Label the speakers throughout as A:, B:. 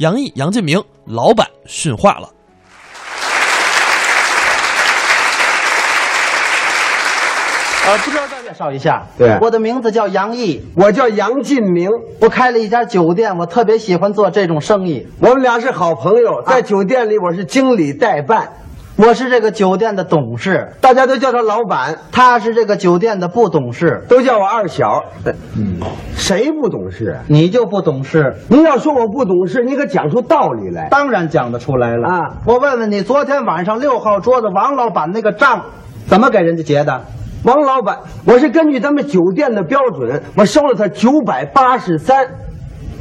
A: 杨毅、杨建明，老板训话了。
B: 呃，不知道再介绍一下，
C: 对
B: 我的名字叫杨毅，
C: 我叫杨进明，
B: 我开了一家酒店，我特别喜欢做这种生意，
C: 我们俩是好朋友，在酒店里我是经理代办，
B: 我是这个酒店的董事，
C: 大家都叫他老板，
B: 他是这个酒店的不懂事，
C: 都叫我二小。对，谁不懂事啊？
B: 你就不懂事，
C: 您要说我不懂事，你可讲出道理来。
B: 当然讲得出来了
C: 啊
B: 我问问你，昨天晚上六号桌子王老板那个账，怎么给人家结的？
C: 王老板，我是根据咱们酒店的标准，我收了他九百八十三，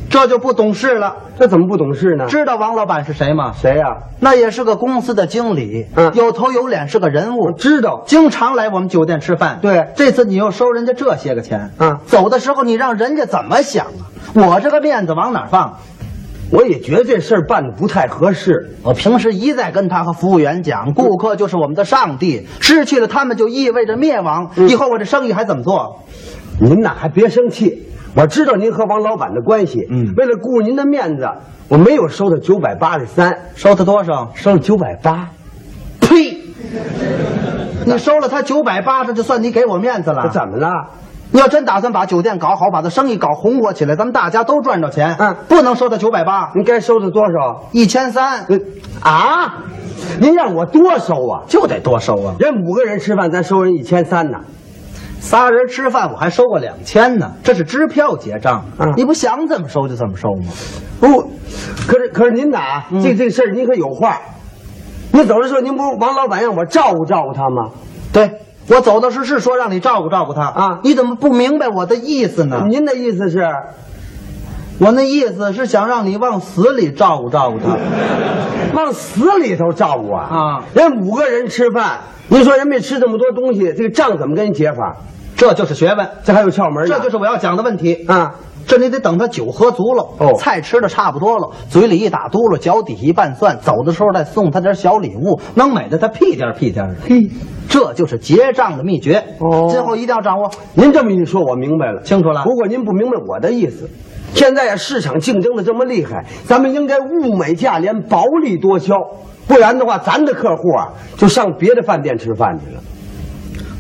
B: 这就不懂事了。
C: 这怎么不懂事呢？
B: 知道王老板是谁吗？
C: 谁呀、啊
B: 那也是个公司的经理，
C: 嗯
B: 有头有脸，是个人物
C: 我。知道，
B: 经常来我们酒店吃饭。
C: 对
B: 这次你又收人家这些个钱，
C: 嗯
B: 走的时候你让人家怎么想啊？我这个面子往哪儿放？
C: 我也觉得这事儿办的不太合适。
B: 我平时一再跟他和服务员
C: 嗯
B: 讲，顾客就是我们的上帝，失去了他们就意味着灭亡。
C: 嗯
B: 以后我这生意还怎么做？
C: 您呐，还别生气。我知道您和王老板的关系，
B: 嗯
C: 为了顾您的面子，我没有收他九百八十三，
B: 收他多少？
C: 收了九百八，
B: 呸！你收了他九百八，这就算你给我面子了。
C: 这怎么了？
B: 你要真打算把酒店搞好，把这生意搞红火起来，咱们大家都赚着钱。
C: 嗯
B: 不能收他九百八，
C: 您该收的多少？
B: 一千三，
C: 嗯啊，您让我多收啊？
B: 就得多收啊。
C: 人五个人吃饭，咱收人一千三呢。
B: 仨人吃饭，我还收过两千呢，这是支票结账。
C: 嗯
B: 你不想怎么收就怎么收吗？
C: 哦，可是可是您呐，
B: 嗯
C: 这这事儿您可有话。您走的时候，您不是王老板让我照顾照顾他吗？
B: 对我走的时候是说让你照顾照顾他
C: 啊
B: 你怎么不明白我的意思呢？
C: 您的意思是，
B: 我那意思是想让你往死里照顾照顾他。
C: 往死里头照顾啊？
B: 啊
C: 人五个人吃饭，您说人没吃这么多东西，这个账怎么跟人结法？
B: 这就是学问，
C: 这还有窍门呢。
B: 这就是我要讲的问题。
C: 啊，
B: 这你得等他酒喝足了，
C: 哦
B: 菜吃的差不多了，嘴里一打嘟噜，脚底一拌蒜，走的时候再送他点小礼物，能美的他屁颠儿屁颠儿的。
C: 嘿，
B: 这就是结账的秘诀。
C: 哦
B: 今后一定要掌握
C: 您这么一说，我明白了。
B: 清楚了。
C: 不过您不明白我的意思。现在呀，市场竞争的这么厉害，咱们应该物美价廉，薄利多销。不然的话，咱的客户啊，就上别的饭店吃饭去了。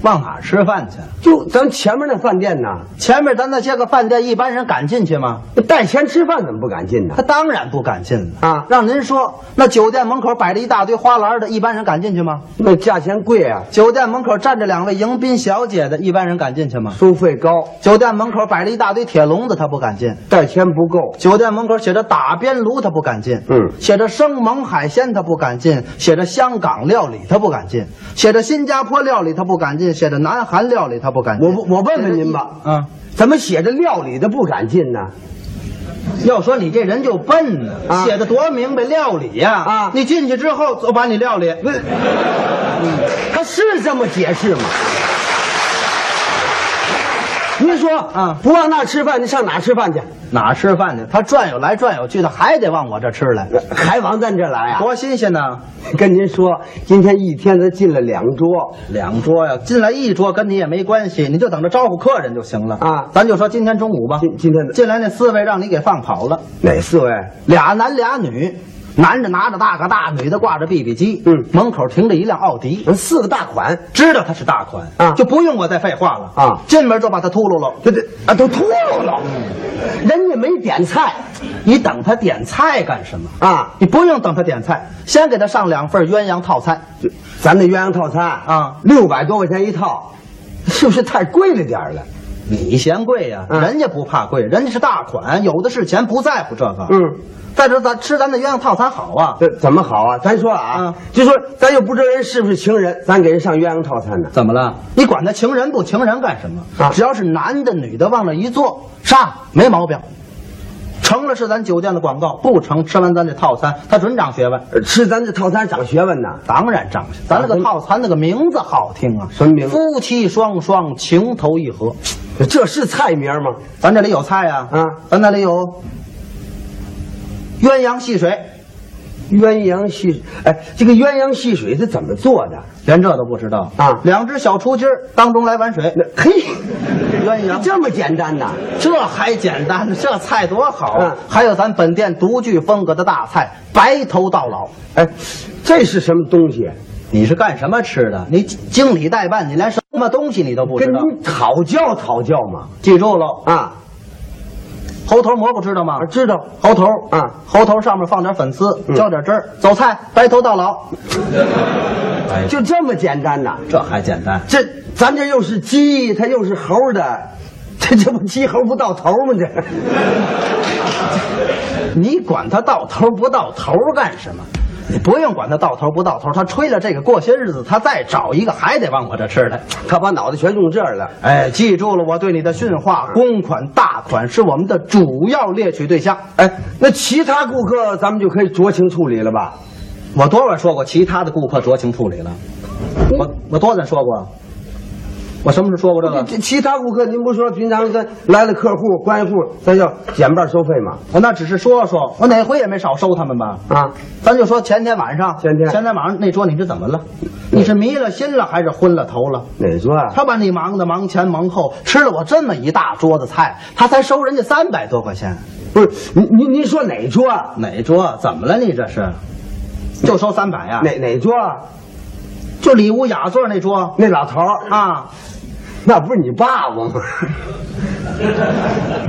B: 往哪儿吃饭去？
C: 就咱前面那饭店呢，
B: 前面咱那些个饭店，一般人敢进去吗？
C: 带钱吃饭怎么不敢进呢
B: 他？当然不敢进了
C: 啊
B: 让您说，那酒店门口摆着一大堆花篮的，一般人敢进去吗？
C: 那价钱贵啊，
B: 酒店门口站着两位迎宾小姐的，一般人敢进去吗？
C: 收费高，
B: 酒店门口摆着一大堆铁笼子，他不敢进；
C: 带钱不够。
B: 酒店门口写着打边炉，他不敢进；
C: 嗯
B: 写着生猛海鲜，他不敢进；写着香港料理，他不敢进；写着新加坡料理，他不敢进；写着南韩料理，他不敢进。
C: 我不我问问您吧，
B: 啊，
C: 怎么写着料理的不敢进呢？
B: 要说你这人就笨呢、
C: 啊
B: 写的多明白料理呀、
C: 啊嗯
B: 你进去之后，我把你料理。
C: 不是，他是这么解释吗？您说
B: 啊
C: 不往那儿吃饭，你上哪儿吃饭去？
B: 哪儿吃饭去？他转悠来转悠去的，还得往我这吃来，
C: 还往咱这来啊？
B: 多新鲜呢！
C: 跟您说，今天一天他进了两桌，
B: 两桌呀，进来一桌跟你也没关系，你就等着招呼客人就行了
C: 啊
B: 咱就说今天中午吧，
C: 今今天的
B: 进来那四位让你给放跑了，
C: 哪四位？
B: 俩男俩女，男的拿着大哥大，女的挂着 BB 机，
C: 嗯
B: 门口停着一辆奥迪，
C: 四个大款，
B: 知道他是大款
C: 啊
B: 就不用我再废话了
C: 啊
B: 进门就把他秃噜嗯了。
C: 这这啊都秃噜了，人家没点菜
B: 你等他点菜干什么？
C: 啊，
B: 你不用等他点菜，先给他上两份鸳鸯套餐。
C: 这咱那鸳鸯套餐
B: 啊
C: 六百多块钱一套，是不是太贵了点儿了？
B: 你嫌贵呀、
C: 嗯
B: 人家不怕贵，人家是大款，有的是钱，不在乎这个。
C: 嗯，
B: 再说咱吃咱的鸳鸯套餐好啊，
C: 这怎么好啊？咱说啊，
B: 嗯
C: 就说咱又不知道人是不是情人，咱给人上鸳鸯套餐呢。
B: 怎么了？你管他情人不情人干什么？
C: 啊
B: 只要是男的女的往那一坐，上没毛病。成了是咱酒店的广告，不成吃完咱这套餐，他准长学问。
C: 呃吃咱这套餐长学问呢。
B: 当然长学问，咱那个套餐那个名字好听啊，
C: 啊什么名字
B: 夫妻双双，情投意合。
C: 这是菜名吗？
B: 咱这啊里有菜呀、
C: 啊
B: 咱那里有鸳鸯戏水，
C: 鸳鸯戏，哎，这个鸳鸯戏水是怎么做的？
B: 连这都不知道
C: 啊
B: 两只小雏鸡儿当中来碗水，
C: 那嘿，
B: 鸳 鸯
C: 这么简单呐？
B: 这还简单，这菜多好啊！
C: 嗯
B: 还有咱本店独具风格的大菜——白头到老。
C: 哎，这是什么东西？
B: 你是干什么吃的？你经理代办，你连什么东西你都不
C: 跟
B: 知道？
C: 您讨教讨教嘛？
B: 记住喽，
C: 啊，
B: 猴头蘑菇知道吗
C: 啊？知道
B: 猴头
C: 啊，
B: 猴头上面放点粉丝，
C: 嗯
B: 浇点汁儿，走菜，白头到 老。哎，
C: 就这么简单呐？
B: 这还简单？
C: 这咱这又是鸡，它又是猴的，这这不鸡猴不到头吗？这
B: 你管它到头不到头干什么？你不用管它到头不到头，它吹了这个过些日子，它再找一个还得往我这吃来。
C: 他把脑袋全用这儿了。
B: 哎，记住了，我对你的训话，公款、大款是我们的主要猎取对象。
C: 哎，那其他顾客咱们就可以酌情处理了吧？
B: 我多晚说过，其他的顾客酌情处理了。我我多晚说过？我什么时候说过这个？
C: 这其他顾客，您不说平常咱来了客户、关系户，咱要减半收费吗？
B: 我那只是说说，我哪回也没少收他们吧？
C: 啊，
B: 咱就说前天晚上，
C: 前天嗯
B: 前天晚上那桌你是怎么了？你是迷了心了，还是昏了头了？
C: 哪桌啊？
B: 他把你忙的忙前忙后，吃了我这么一大桌子菜，他才收人家三百多块钱。
C: 不是您您您说哪桌？啊？
B: 哪桌？怎么了？你这是？就收三百呀？
C: 哪哪桌？啊？嗯
B: 就里屋雅座那桌
C: 那老头儿，
B: 啊？
C: 那不是你爸爸吗？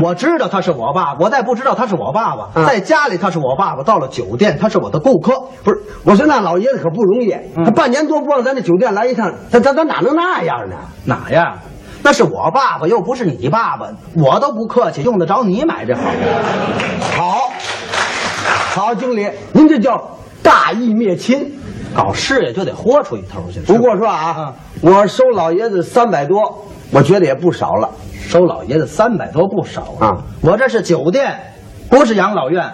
B: 我知道他是我爸，我再不知道他是我爸爸，
C: 嗯
B: 在家里他是我爸爸，到了酒店他是我的顾客。
C: 不是，我说那老爷子可不容易，他半年多不往咱这酒店来一趟，他他他哪能那样呢？
B: 哪呀？那是我爸爸，又不是你爸爸，我都不客气，用得着你买这好。
C: 好，好，经理，您这叫大义灭亲。
B: 搞事业就得豁出一头去。
C: 不过说啊，我收老爷子三百多，我觉得也不少了。
B: 收老爷子三百多不少
C: 啊！
B: 我这是酒店，不是养老院，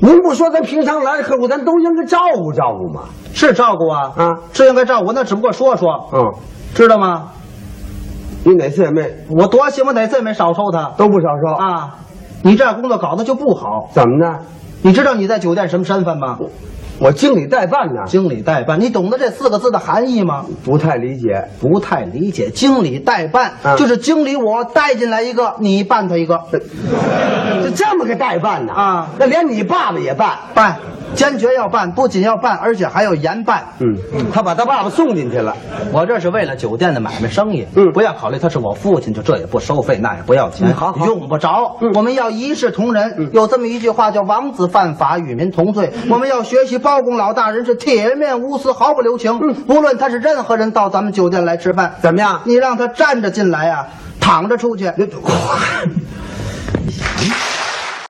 C: 您不说咱平常来的客户，咱都应该照顾照顾吗？
B: 是照顾啊
C: 啊
B: 是应该照顾，那只不过说说，
C: 嗯，
B: 知道吗？
C: 你哪次也没
B: 我多幸，我哪次也没少收他
C: 都不少收？
B: 啊！你这样工作搞得就不好。
C: 怎么呢？
B: 你知道你在酒店什么身份吗？
C: 我经理代办呢，
B: 经理代办，你懂得这四个字的含义吗？
C: 不太理解。
B: 不太理解，经理代办、
C: 啊
B: 就是经理我带进来一个，你办他一个，
C: 就这么个代办呢？
B: 啊
C: 那连你爸爸也办。
B: 办，坚决要办，不仅要办，而且还要严办。
C: 嗯，他把他爸爸送进去了。
B: 我这是为了酒店的买卖生意，
C: 嗯
B: 不要考虑他是我父亲，就这也不收费，那也不要钱，
C: 嗯好好
B: 用不着。
C: 嗯
B: 我们要一视同仁，有这么一句话叫“王子犯法，与民同罪”。
C: 嗯
B: 我们要学习包公老大人是铁面无私，毫不留情。
C: 嗯
B: 不论他是任何人到咱们酒店来吃饭，
C: 怎么样
B: 你让他站着进来啊，躺着出去，
C: 那咵